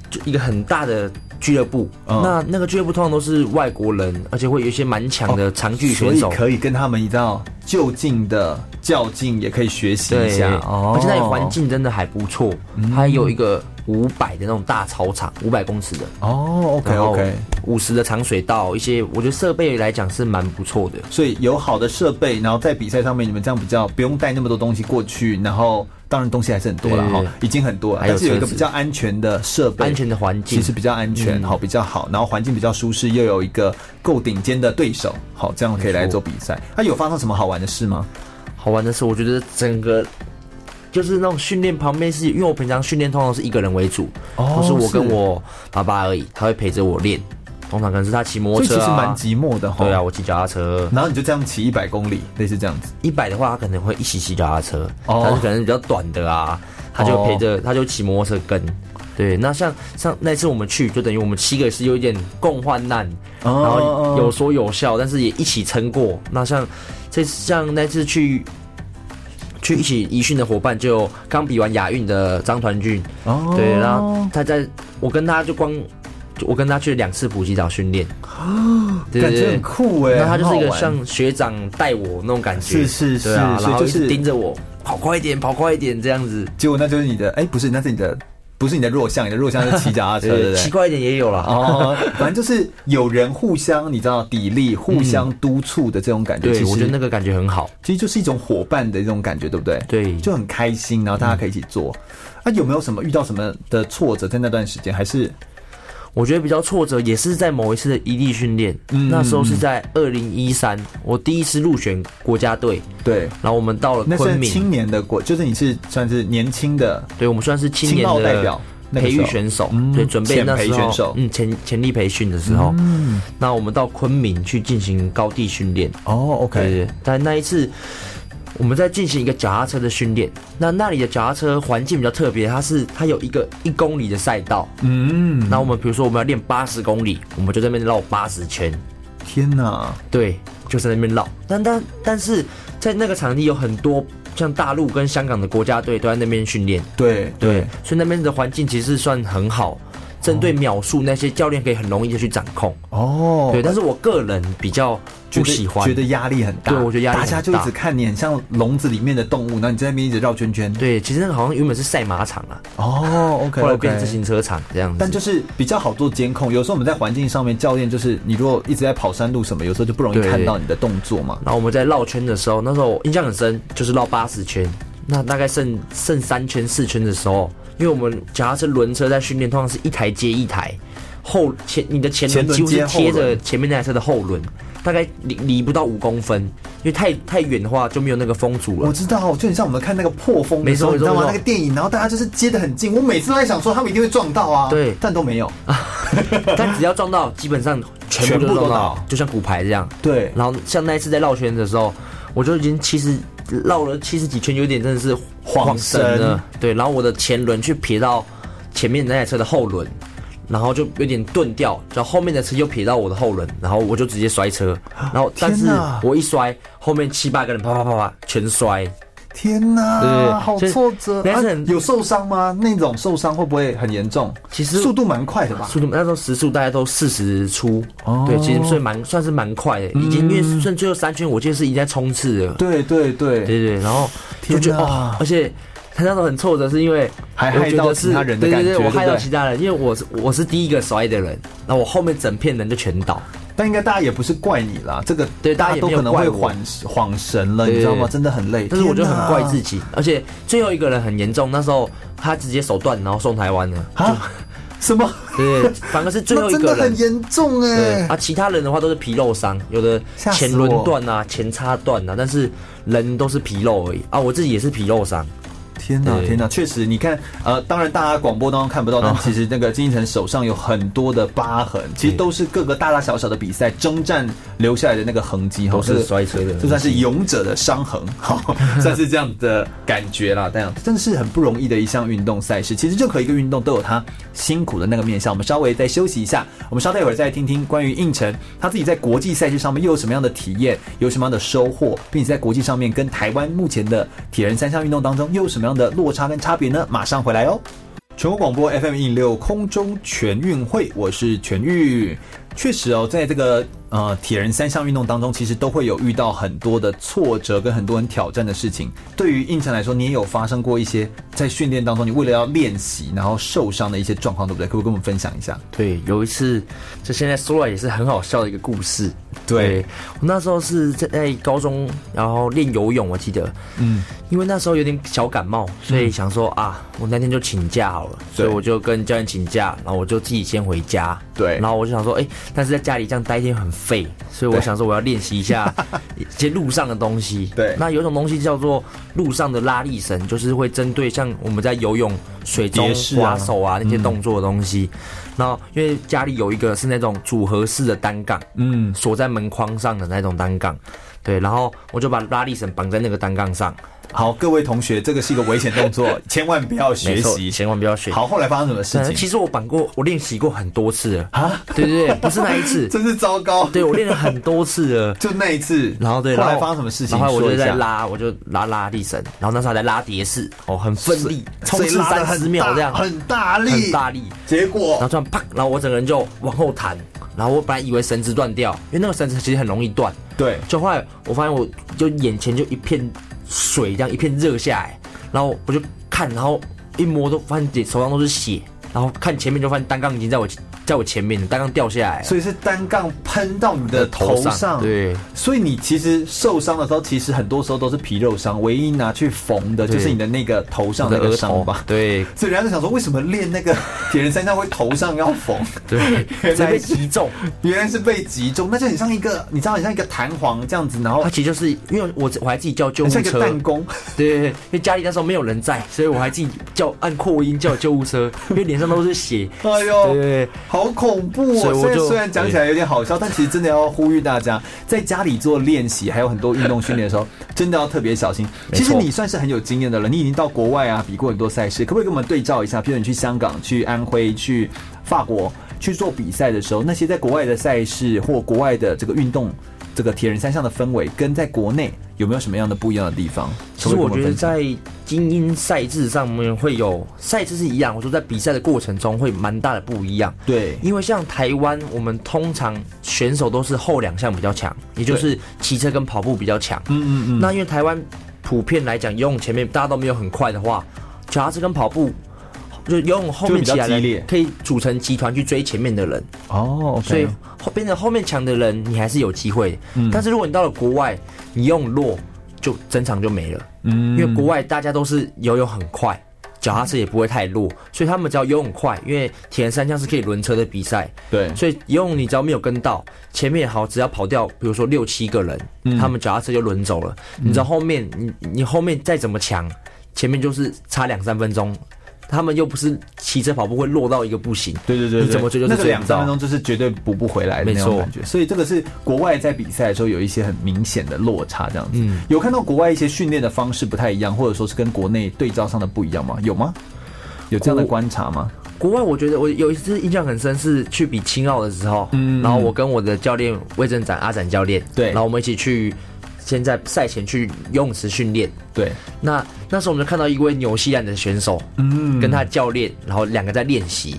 就一个很大的俱乐部。嗯那那个俱乐部通常都是外国人，而且会有一些蛮强的长距离哦所选以手。可以跟他们一道就近的较劲，也可以学习一对，下哦。而且那里环境真的还不错，还有一个五百的那种大操场，五百公尺的哦，OK OK，五十的长水道，一些我觉得设备来讲是蛮不错的。所以有好的设备，然后在比赛上面你们这样比较不用带那么多东西过去，然后当然东西还是很多了对哈对，已经很多了，啊还有但是有一个车子比较安全的设备，安全的环境嗯其实比较安全，好比较好，然后环境比较舒适，又有一个够顶尖的对手，好这样可以来做比赛。那有发生什么好玩的事吗？好玩的是，我觉得整个就是那种训练旁边是，因为我平常训练通常是一个人为主，哦就是我跟是我爸爸而已，他会陪着我练。通常可能是他骑摩所托以其车实蛮啊，寂寞的哦哈。对啊，，我骑脚踏车。然后你就这样骑一百公里，类似这样子。一百的话，他可能会一起骑脚踏车，哦但是可能比较短的啊，他就陪着，他就骑摩托车跟。对，那像像那次我们去，就等于我们七个是有一点共患难，哦然哦后有说有笑，但是也一起撑过。那像这像那次去去一起集训的伙伴，就刚比完亚运的张团俊，哦对，然后他在我跟他就光就我跟他去了两次普吉岛训练，对哦感对觉对很酷哎、那他就是一很个好玩像学长带我那种感觉，是是是对啊，所以然后就一直是盯着我跑快一点，跑快一点这样子，结果那就是你的，哎、不是，那是你的，不是你的弱项，你的弱项是骑脚 (laughs) 踏车，对不骑对？快一点也有啦。哦，反正就是有人互相，你知道砥砺、互相督促的这种感觉。嗯对，其实我觉得那个感觉很好。其实就是一种伙伴的这种感觉，对不对？对就很开心，然后大家可以一起做。啊，有没有什么遇到什么的挫折在那段时间？还是我觉得比较挫折也是在某一次的异地训练，嗯那时候是在二零一三，我第一次入选国家队，对，然后我们到了那昆是明，青年的国，就是你是算是年轻的对我们算是青年青奥的代表那个培时候育选手，嗯对，准备那时潜培嗯候选手嗯，潜潜力培训的时候，那我们到昆明去进行高地训练，哦，OK，对对，但那一次我们在进行一个脚踏车的训练。那那里的脚踏车环境比较特别，它是它有一个一公里的赛道。嗯，那我们比如说我们要练八十公里，我们就在那边绕八十圈，天哪，对，就在那边绕。但但但是在那个场地有很多像大陆跟香港的国家队都在那边训练，对对，所以那边的环境其实算很好，针对秒数那些教练可以很容易的去掌控。哦，对，但是我个人比较觉不得喜欢，觉得压力很大。对我觉得压力大很家就一大直看你，很像笼子里面的动物，然后你在那边一直绕圈圈。对，其实那个好像原本是赛马场啊，哦，OK，后来变自。行车场这样子。但就是比较好做监控，有时候我们在环境上面，教练就是你如果一直在跑山路什么，有时候就不容易对看到你的动作嘛。然后我们在绕圈的时候，那时候我印象很深，就是绕八十圈，那大概剩剩三圈四圈的时候，因为我们脚踏车轮车在训练，通常是一台接一台，后前你的前前轮轮几乎接是后贴着轮前面那台车的后轮，大概离离不到五公分，因为太太远的话就没有那个风阻了我。知道，就很像我们看那个破风的时候，你没错知道吗？没那错个电影，然后大家就是接得很近，我每次都在想说他们一定会撞到啊，对但都没 (laughs) 有。但只要撞到，基本上全部全部都都撞倒到，就像骨牌这样。对然后像那一次在绕圈的时候，我就已经七十绕了七十几圈，有点真的是晃晃神神了。对，然后我的前轮去撇到前面那台车的后轮，然后就有点顿掉，然后后面的车又撇到我的后轮，然后我就直接摔 (gasps) 车。然后但是天哪我一摔，后面七八个人啪啪啪啪全摔，天对对对哪，好所以挫折！但啊是很有受伤吗？那种受伤会不会很严重？其实速度蛮快的吧？速度那时候时速大概都四十出，哦对，其实算蛮算是蛮快的，已经因为剩最后三圈，我记得是已经在冲刺了，对对对，对对，然后就天觉得哪哦，而且他那时候很挫折，是因为还我害觉到得其是他人的感对觉对对，对我不害到对其他人，因为我是我是第一个摔的人，那我后面整片人就全倒，但应该大家也不是怪你啦，这个对大家也都没有可能会怪我恍恍神了，对你知道吗？对真的很累。但是我就天很哪怪自己，而且最后一个人很严重，那时候他直接手断，然后送台湾了，啊，什么？对，反而是最后那一真个的人很。严重对哎啊，。其他人的话都是皮肉伤，有的吓死前轮断啊、前叉断啊，但是人都是皮肉而已啊。我自己也是皮肉伤，天哪，对天哪，确实，你看，呃，当然大家广播当中看不到，但其实那个金一晨手上有很多的疤痕，其实都是各个大大小小的比赛征战留下来的那个痕迹，都哈是摔车的这算是勇者的伤痕， (laughs) 好，算是这样的感觉啦。这样真的是很不容易的一项运动赛事。其实任何一个运动都有它辛苦的那个面向。我们稍微再休息一下，我们稍待一会儿再听听关于应晨他自己在国际赛事上面又有什么样的体验，有什么样的收获，并且在国际上面跟台湾目前的铁人三项运动当中又有什么样的落差跟差别呢？马上回来哦。全国广播 FM 一六空中全运会，我是全玉。确实哦，在这个呃铁人三项运动当中，其实都会有遇到很多的挫折跟很多很挑战的事情。对于应晨来说，你也有发生过一些在训练当中，你为了要练习然后受伤的一些状况，对不对？可不可以跟我们分享一下？对，有一次，这现在说来也是很好笑的一个故事。对我那时候是在在高中，然后练游泳，我记得，嗯，因为那时候有点小感冒，所以想说、啊，我那天就请假好了，所以我就跟教练请假，然后我就自己先回家。对然后我就想说，哎、但是在家里这样待一天很废，所以我对想说我要练习一下 (laughs) 一些路上的东西。对那有一种东西叫做路上的拉力绳，就是会针对像我们在游泳、水中蝶式啊嗯划手啊那些动作的东西。然后因为家里有一个是那种组合式的单杠，嗯，锁在门框上的那种单杠，对，然后我就把拉力绳绑在那个单杠上，好，各位同学，这个是一个危险动 (laughs) 作，千万不要学没错习。千万不要学。好，后来发生什么事嗯，情其？实我绑过，我练习过很多次了啊， (laughs) 对对对，不是那一 (laughs) 次，真是糟糕，对我练了很多次了。就那一次。然后对，后然来发生什么事情？然后我说就一在下。拉，我就拉拉力绳，然后那时候还在拉蝶式，哦，很奋力，冲所以刺拉得三很十秒大这样，很大力，很大力，结然后果突然啪，然后我整个人就往后弹，然后我本来以为绳子断掉，因为那个绳子其实很容易断，对就后来我发现我就眼前就一片水这样一片热下来，然后我就看，然后一摸都发现手上都是血，然后看前面就发现单杠已经在我在我前面了，单杠掉下来了，所以是单杠喷到你的头上，对。所以你其实受伤的时候，其实很多时候都是皮肉伤，唯一拿去缝的对就是你的那个头上我那的个额伤头疤。对所以人家就想说，为什么练那个铁人三项会头上要 (laughs) 缝？对，原直接来被是击中。原来是被击中，那就很像一个，你知道，很像一个弹簧这样子，然后它其实就是因为我我还自己叫救很护像一个车，弹 (laughs) 弓。对对对，因为家里那时候没有人在，所以我还自己叫按扩音叫救护车，因为脸上都是血。哎呦对，好恐怖所哦！以虽然我就哎虽然讲起来有点好笑，但其实真的要呼吁大家，在家里做练习，还有很多运动训练的时候，真的要特别小心。没其错实你算是很有经验的了，你已经到国外啊，比过很多赛事，可不可以跟我们对照一下？比如你去香港、去安徽、去法国去做比赛的时候，那些在国外的赛事或国外的这个运动，这个铁人三项的氛围，跟在国内有没有什么样的不一样的地方？其实我觉可不可得以跟们分享在精英赛制上面会有赛制是一样，我说在比赛的过程中会蛮大的不一样。对因为像台湾，我们通常选手都是后两项比较强，也就是骑车跟跑步比较强。嗯嗯嗯，那因为台湾普遍来讲，游泳前面大家都没有很快的话，脚踏车跟跑步，就游泳后就面比较起来激的烈可以组成集团去追前面的人，哦，所以 OK 后变成后面强的人，你还是有机会。嗯但是如果你到了国外，你用弱就整场就没了，嗯因为国外大家都是游泳很快。脚踏车也不会太弱，所以他们只要游泳快，因为铁人三项是可以轮车的比赛，对所以游泳你只要没有跟到，前面好只要跑掉，比如说六七个人，嗯他们脚踏车就轮走了。你知道后面你你后面再怎么强，前面就是差两三分钟，他们又不是骑车跑步会落到一个不行。对对对，你怎么追就那是个追两不三分到。钟就是绝对补不回来的那种没错感觉，所以这个是国外在比赛的时候有一些很明显的落差，这样子。嗯有看到国外一些训练的方式不太一样，或者说是跟国内对照上的不一样吗？有吗？有这样的国观察吗？国外我觉得我有一次印象很深是去比青奥的时候，嗯然后我跟我的教练魏正展阿展教练，对然后我们一起去，先在赛前去游泳池训练，对，那那时候我们就看到一位纽西兰的选手，嗯跟他的教练，然后两个在练习，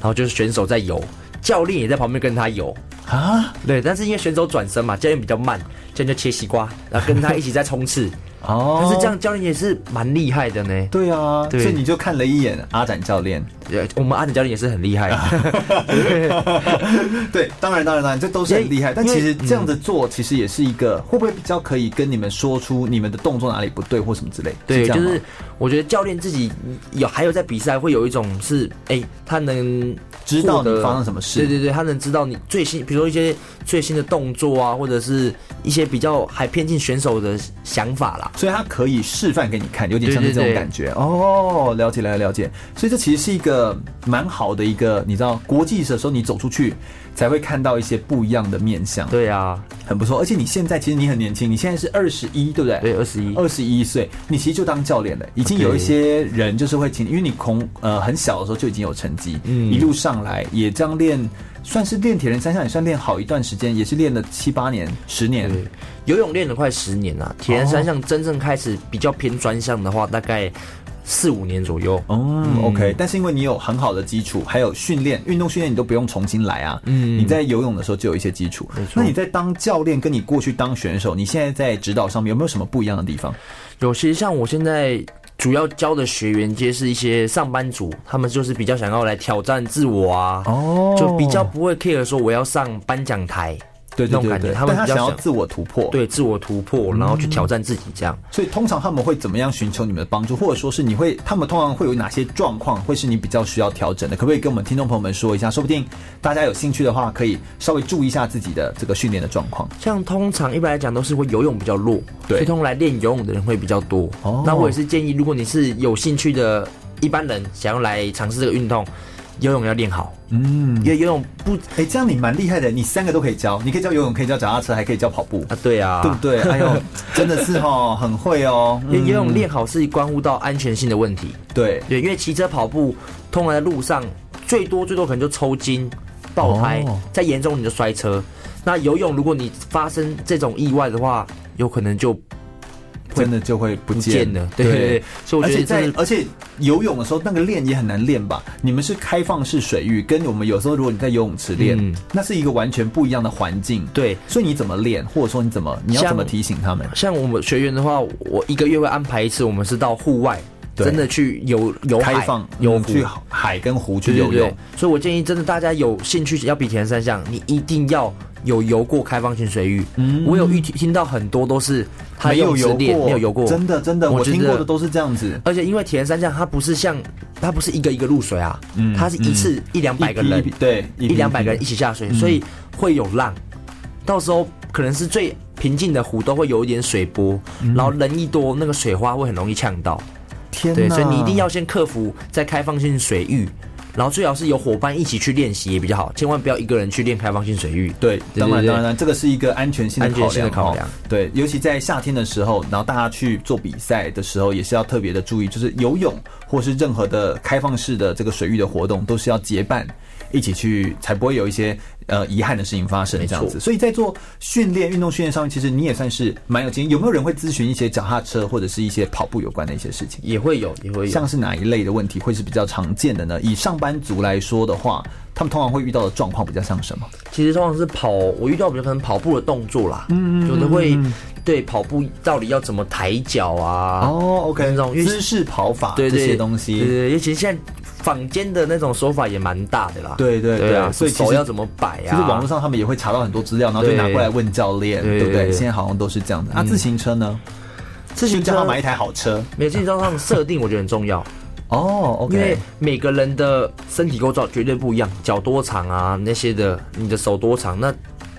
然后就是选手在游，教练也在旁边跟他游。啊，对，但是因为选手转身嘛，教练比较慢，教练就切西瓜，然后跟他一起在冲刺。 (laughs) 哦，但是这样教练也是蛮厉害的呢。对啊，对所以你就看了一眼阿展教 (laughs) 练，对，我们阿展教练也是很 (laughs) 厉害。对，当然当然当然，这都是很厉害，但因为其实这样子做其实也是一个，会不会比较可以跟你们说出你们的动作哪里不对或什么之类？对，这样就吗是我觉得教练自己有还有在比赛会有一种是，哎、他能知道你获得发生什么事对对对，他能知道你最新，比如说一些最新的动作啊，或者是一些比较还偏近选手的想法啦。所以他可以示范给你看，有点像是这对种对对感觉哦。了解，了解，了解。所以这其实是一个蛮好的一个，你知道，国际的时候你走出去才会看到一些不一样的面相，对啊，很不错。而且你现在其实你很年轻，你现在是二十一，对不对？对，二十一，二十一岁，你其实就当教练了。已经有一些人就是会请你，因为你从呃很小的时候就已经有成绩，嗯一路上来也这样练，算是练铁人三项也算练好一段时间，也是练了七八年、十年。对，游泳练了快十年啦，铁人三哦项真正开始比较偏专项的话，大概四五年左右。哦、o k 但是因为你有很好的基础，还有训练、运动训练，你都不用重新来啊。嗯，嗯你在游泳的时候就有一些基础。那你在当教练，跟你过去当选手，你现在在指导上面有没有什么不一样的地方？有些像我现在主要教的学员，皆是一些上班族，他们就是比较想要来挑战自我啊，哦就比较不会 care 说我要上颁奖台对那对种对感对，觉，他但们他比较想要想自我嗯突破。，对自我突破，然后去挑战自己这样。所以通常他们会怎么样寻求你们的帮助，或者说是你会，他们通常会有哪些状况会是你比较需要调整的？可不可以跟我们听众朋友们说一下？说不定大家有兴趣的话，可以稍微注意一下自己的这个训练的状况。像通常一般来讲都是会游泳比较弱，对所以通常来练游泳的人会比较多。哦那我也是建议，如果你是有兴趣的一般人，想要来尝试这个运动，游泳要练好，嗯，因为游泳不哎、这样你蛮厉害的，你三个都可以教，你可以教游泳，可以教脚踏车，还可以教跑步。啊，对啊，对不 (laughs) 对？哎呦，真的是哦，很会哦。因为游嗯泳练好是关乎到安全性的问题。对对，因为骑车、跑步，通常在路上最多最多可能就抽筋、爆胎，哦再严重你就摔车。那游泳，如果你发生这种意外的话，有可能就真的就会不不见见了。对对对，所以我而觉且得这在是而且游泳的时候，那个练也很难练吧？你们是开放式水域，跟我们有时候如果你在游泳池练，嗯那是一个完全不一样的环境。，对。所以你怎么练，或者说你怎么你要像怎么提醒他们？像我们学员的话，我一个月会安排一次，我们是到户外，对真的去游游海开放游嗯湖去海跟湖去对游对对泳，所以我建议，真的大家有兴趣要比铁人三项，你一定要有游过开放性水域。我有遇听到很多都是他嗯没有泳池游练过，没有游过，真的真的，我觉听得过的都是这样子。而且因为铁人三项，它不是像它不是一个一个入水啊，它是一次一两百个嗯一人批一批，对一一批嗯两百个人一一起下水，所以会有浪。到时候可能是最平静的湖都会有一点水波，嗯然后人一多，那个水花会很容易呛到。天对，哪所以你一定要先克服在开放性水域，然后最好是有伙伴一起去练习也比较好，千万不要一个人去练开放性水域。对，当然对对当然，这个是一个安全性的安考全性量。的考哦量对，尤其在夏天的时候，然后大家去做比赛的时候，也是要特别的注意，就是游泳或是任何的开放式的这个水域的活动，都是要结伴一起去，才不会有一些呃遗憾的事情发生没这错样子。所以在做训练、运动训练上面，其实你也算是蛮有经验。有没有人会咨询一些脚踏车或者是一些跑步有关的一些事情？也会有，也会有像。是哪一类的问题会是比较常见的呢？以上班族来说的话，他们通常会遇到的状况比较像什么？其实通常是跑，我遇到比较可能跑步的动作啦，嗯，有的会对跑步到底要怎么抬脚啊，哦，OK，那种因为姿势跑法对对这些东对西，对，尤其现在坊间的那种手法也蛮大的啦，对对对啊，对所以其实手要怎么摆其啊，实网络上他们也会查到很多资料，然后就对拿过来问教练，对对不对？嗯对现在好像都是这样的。那自行车呢？自行就叫车他买一台好车。每次上上设定我觉得很重要，哦因为，OK，每个人的身体构造绝对不一样，脚多长啊那些的，你的手多长，那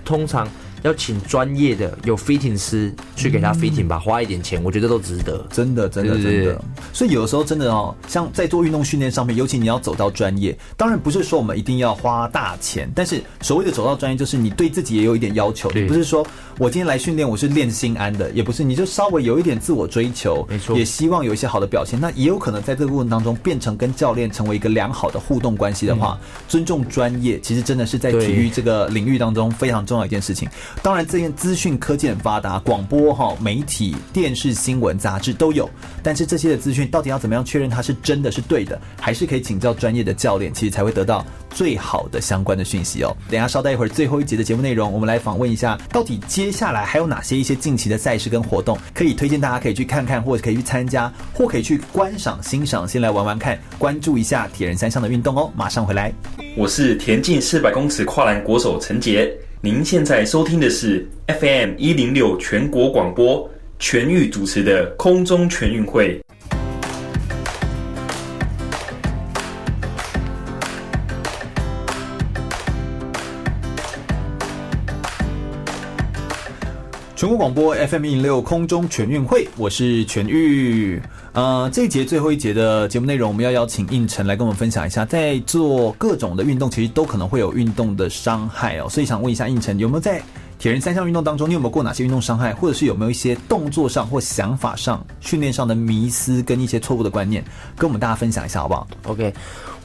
通常要请专业的有 fitting 师去给他嗯 fitting 吧，花一点钱，我觉得都值得。真的，真的，对对真对的。所以有的时候真的哦，像在做运动训练上面，尤其你要走到专业，当然不是说我们一定要花大钱，但是所谓的走到专业，就是你对自己也有一点要求，对你不是说我今天来训练我是练心安的，也不是，你就稍微有一点自我追求，没错也希望有一些好的表现。那也有可能在这个过程当中，变成跟教练成为一个良好的互动关系的话，嗯尊重专业，其实真的是在对体育这个领域当中非常重要一件事情。当然，这件资讯科技很发达，广播哈、媒体、电视、新闻、杂志都有，但是这些的资讯到底要怎么样确认它是真的是对的，还是可以请教专业的教练，其实才会得到最好的相关的讯息哦。等一下稍待一会儿，最后一节的节目内容，我们来访问一下，到底接下来还有哪些一些近期的赛事跟活动可以推荐大家可以去看看，或者可以去参加，或可以去观赏欣赏，先来玩玩看，关注一下铁人三项的运动哦。马上回来。我是田径四百公尺跨栏国手陈杰。您现在收听的是 FM 一零六全国广播全域主持的空中全运会。全国广播 FM 一零六空中全运会，我是全玉。呃，这一节最后一节的节目内容，我们要邀请应晨来跟我们分享一下，在做各种的运动，其实都可能会有运动的伤害哦。所以想问一下应晨，有没有在铁人三项运动当中，你有没有过哪些运动伤害，或者是有没有一些动作上或想法上、训练上的迷思跟一些错误的观念，跟我们大家分享一下好不好？ OK，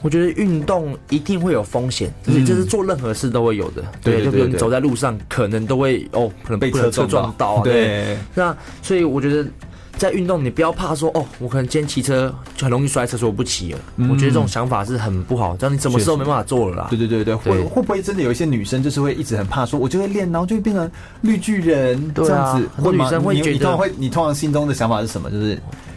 我觉得运动一定会有风险，就是这是做任何事都会有的。嗯对对就比对如对你走在路上，可能都会哦，可能被不能车车撞撞到到啊。对那所以我觉得。在运动，你不要怕说哦，我可能今天骑车就很容易摔车，所以我不骑了。我觉得这种想法是很不好，这样你什么事都没办法做了啦。嗯对对对对，会对会不会真的有一些女生就是会一直很怕说，我就会练，然后就会变成绿巨人对这啊样子，很多会吗女生会你觉得你通常会，你通常心中的想法是什么？就是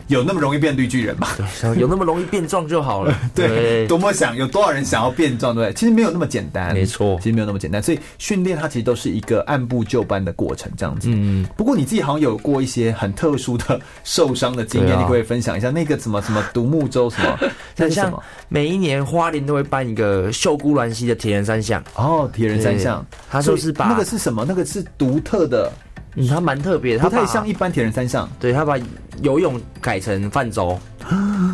有那么容易变绿巨人吗？对， (laughs) 有那么容易变壮就好了。 (laughs) 对，多么想有多少人想要变壮，对不对？其实没有那么简单，没错其实没有那么简单。所以训练它其实都是一个按部就班的过程，这样子。嗯，不过你自己好像有过一些很特殊的受伤的经验，对啊你可不可以分享一下那个什么什么独木舟什 (laughs) 么？那很是什像么？每一年花莲都会办一个秀姑峦溪的铁人三项，哦，铁人三项对，它就是所以把那个是什么？那个是独特的。嗯，它蛮特别的，它不太把像一般铁人三项。对他把游泳改成 (gasps) 泛舟，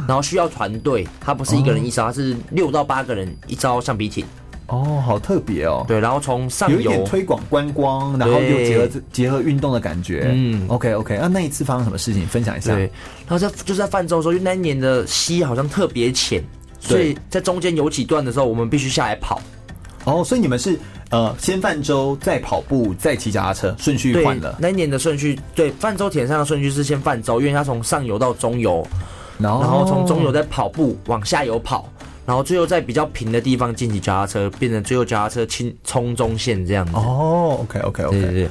然后需要团队，他不是一个人一招，他是六到八个人一招橡皮艇。哦，好特别哦。对，然后从上有一点游，推广观光，然后对又结合结合运动的感觉。嗯嗯，OK OK。那那一次发生什么事情？分享一下。对，然后在就是在泛舟的时候，因为那一年的溪好像特别浅，所以在中间有几段的时候，我们必须下来跑。哦，所以你们是呃先泛舟，再跑步，再骑脚踏车，顺序对换了，，那一年的顺序，对泛舟田上的顺序是先泛舟，因为它从上游到中游，然后然后从中游再跑步往下游跑，然后最后在比较平的地方进行脚踏车，变成最后脚踏车清冲中线这样子。哦，OK OK 对对 OK。对。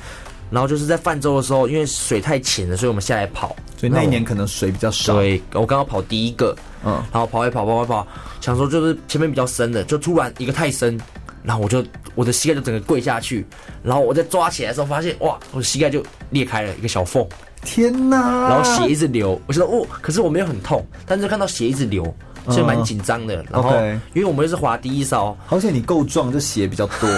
然后就是在泛舟的时候，因为水太浅了，所以我们下来跑。所以那一年可能水比较少。对，我刚好跑第一个，啊嗯嗯，然后跑一跑，跑一跑，想说就是前面比较深的，就突然一个太深，然后我就我的膝盖就整个跪下去，然后我在抓起来的时候发现，哇，我的膝盖就裂开了一个小缝，天哪！然后血一直流，我觉得哦，可是我没有很痛，但是看到血一直流，所以蛮紧张的。然后嗯 OK 因为我们又是滑第一艘，好险你够壮，这血比较 (laughs) 多。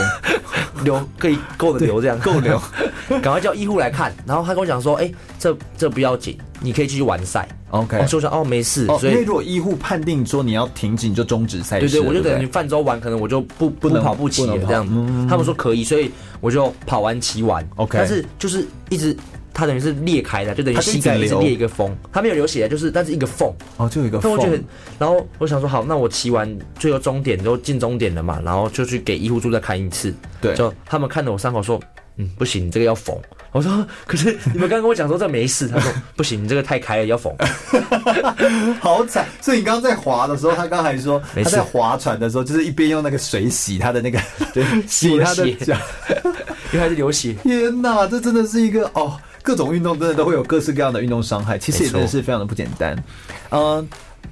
流可以够的流这样，够流， (laughs) 赶快叫医护来看。然后他跟我讲说，哎、这这不要紧，你可以继续完赛。 OK 哦所以我想哦没事，哦，所因为以如果医护判定说你要停止，你就终止赛事对了。对，我就不等于泛舟完，可能我就不不能跑步骑不了能跑嗯这样子。他们说可以，所以我就跑完骑完。 OK 但是就是一直。它等于是裂开的，就等于它就一膝直盖流是裂一个缝，它没有流血，就是但是一个缝，哦，就有一个但缝我觉得，然后我想说，好，那我骑完最后终点都进终点了嘛，然后就去给医护处再看一次。对就他们看着我伤口说，嗯，不行，你这个要缝。 (laughs) 我说，可是你们刚刚跟我讲说这没事，他 (laughs) 说不行，你这个太开了，要缝。 (laughs) 好惨。所以你刚刚在滑的时候，他刚才说他没事在划船的时候，就是一边用那个水洗他的 (laughs) 那个， (laughs) 对，洗我的他的血脚。因为还是流血。天哪，这真的是一个哦，各种运动真的都会有各式各样的运动伤害，其实也没错真的是非常的不简单。嗯，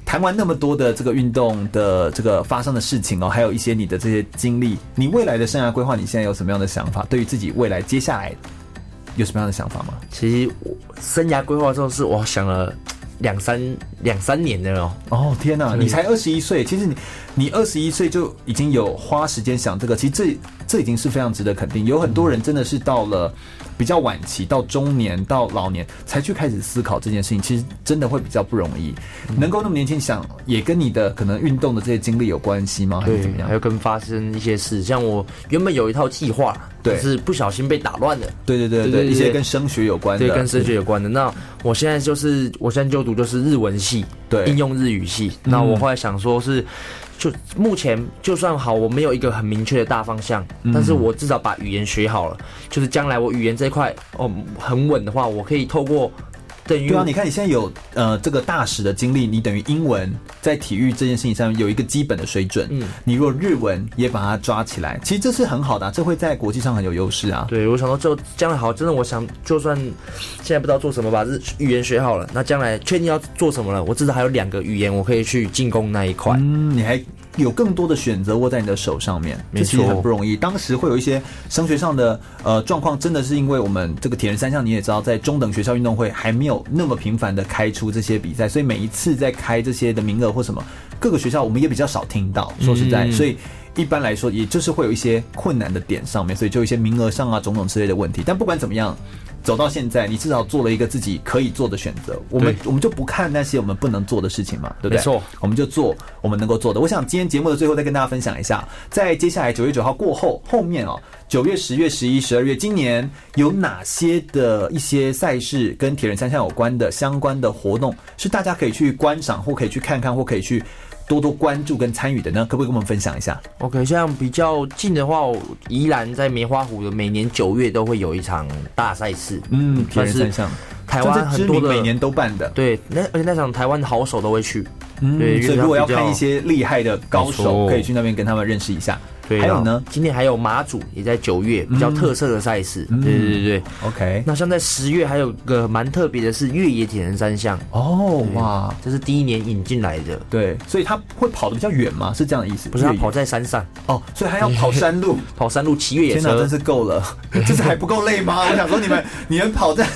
谈完那么多的这个运动的这个发生的事情哦，还有一些你的这些经历，你未来的生涯规划，你现在有什么样的想法？对于自己未来接下来有什么样的想法吗？其实我生涯规划之后是我想了两三两三年的哦，哦天哪，你才二十一岁，其实你你二十一岁就已经有花时间想这个，其实这这已经是非常值得肯定。有很多人真的是到了比较晚期，到中年，到老年才去开始思考这件事情，其实真的会比较不容易。嗯能够那么年轻想，也跟你的可能运动的这些经历有关系吗？还是怎么样还？有跟发生一些事，像我原本有一套计划，对但是不小心被打乱了。对对对对对，对一些对跟升学有关的，对，跟升学有关的。那我现在就是我现在就读就是日文系，对嗯应用日语系。那我后来想说是，就目前就算好，我没有一个很明确的大方向，嗯但是我至少把语言学好了，就是将来我语言这一块哦很稳的话，我可以透过等于对啊，你看你现在有呃这个大使的经历，你等于英文在体育这件事情上面有一个基本的水准，嗯，你如果日文也把它抓起来，其实这是很好的啊、这会在国际上很有优势啊。对，我想说，就将来好，真的，我想就算现在不知道做什么，把日语言学好了，那将来确定要做什么了，我至少还有两个语言我可以去进攻那一块。嗯，你还有更多的选择握在你的手上面，没这其实错很不容易。当时会有一些升学上的呃状况，真的是因为我们这个铁人三项，你也知道，在中等学校运动会还没有那么频繁的开出这些比赛，所以每一次在开这些的名额或什么，各个学校我们也比较少听到。说实嗯在，所以。一般来说，也就是会有一些困难的点上面，所以就有一些名额上啊，种种之类的问题。但不管怎么样，走到现在，你至少做了一个自己可以做的选择。我们对我们就不看那些我们不能做的事情嘛，对不对？没错我们就做我们能够做的。我想今天节目的最后再跟大家分享一下，在接下来九月九号过后，后面哦，九月、十月、十一、十二月，今年有哪些的一些赛事跟铁人三项有关的相关的活动，是大家可以去观赏或可以去看看或可以去多多关注跟参与的呢？可不可以跟我们分享一下？ OK，像比较近的话，我宜兰在梅花湖的每年九月都会有一场大赛事，嗯，铁但人是三项，台湾这很知多名的每年都办的。对，那而且那场台湾的好手都会去，嗯对，因为所以如果要它比较看一些厉害的高手，没错可以去那边跟他们认识一下。对，啊还有呢嗯然后今天还有马祖也在九月比较特色的赛事，对对对对。 ，OK，那像在十月还有个蛮特别的是越野铁人三项，哦，哇，这是第一年引进来的，对，所以他会跑得比较远吗？是这样的意思？不是他越野跑在山上，哦，所以还要跑山 (laughs) 路。跑山路骑越野天哪，真车，是够 (laughs) 了，这是还不够累吗？我想说你们，你们跑在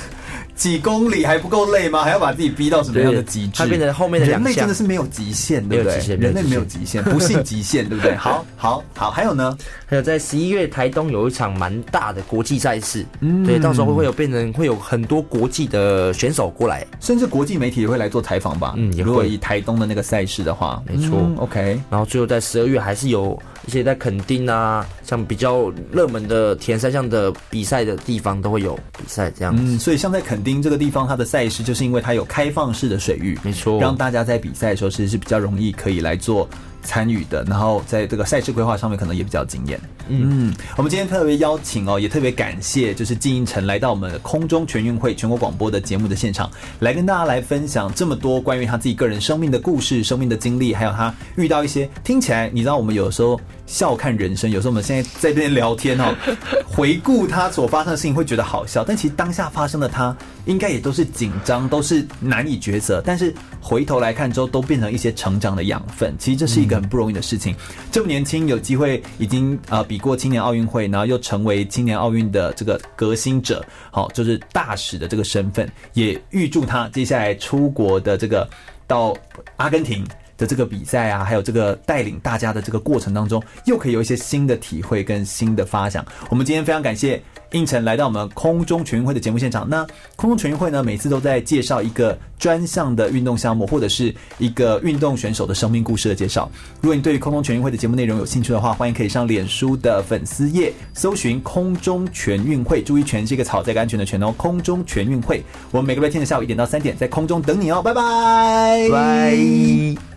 几公里还不够累吗？还要把自己逼到什么样的极致？对它变成后面的两项人类真的是没有极限，对不没有对？极限人类没没有有极 (laughs) 限，不信极限，对不对？好，好，好，还有呢？还有在十一月台东有一场蛮大的国际赛事，对，到时候会有变成会有很多国际的选手过来，甚至国际媒体也会来做采访吧？嗯也会如果以台东的那个赛事的话，没错嗯 OK，然后最后在十二月还是有一些在垦丁啊，像比较热门的田三项的比赛的地方都会有比赛这样子。嗯，所以像在垦丁这个地方，它的赛事就是因为它有开放式的水域，没错让大家在比赛的时候其实是比较容易可以来做参与的，然后在这个赛事规划上面可能也比较惊艳。嗯，我们今天特别邀请哦，也特别感谢就是金英晨来到我们空中全运会全国广播的节目的现场，来跟大家来分享这么多关于他自己个人生命的故事、生命的经历，还有他遇到一些听起来，你知道我们有时候笑看人生，有时候我们现在在这边聊天哦， (laughs) 回顾他所发生的事情会觉得好笑，但其实当下发生的他应该也都是紧张，都是难以抉择，但是回头来看之后都变成一些成长的养分。其实这是一个很不容易的事情，这么年轻有机会已经呃比过青年奥运会，然后又成为青年奥运的这个革新者，好、就是大使的这个身份，也预祝他接下来出国的这个到阿根廷。的这个比赛啊，还有这个带领大家的这个过程当中，又可以有一些新的体会跟新的发想。我们今天非常感谢应晨来到我们空中全运会的节目现场。那空中全运会呢，每次都在介绍一个专项的运动项目，或者是一个运动选手的生命故事的介绍。如果你对于空中全运会的节目内容有兴趣的话，欢迎可以上脸书的粉丝页搜寻“空中全运会”，注意“全”是一个草在一个安全的“全”哦，空中全运会。我们每个礼拜天的下午一点到三点在空中等你哦，拜拜，拜。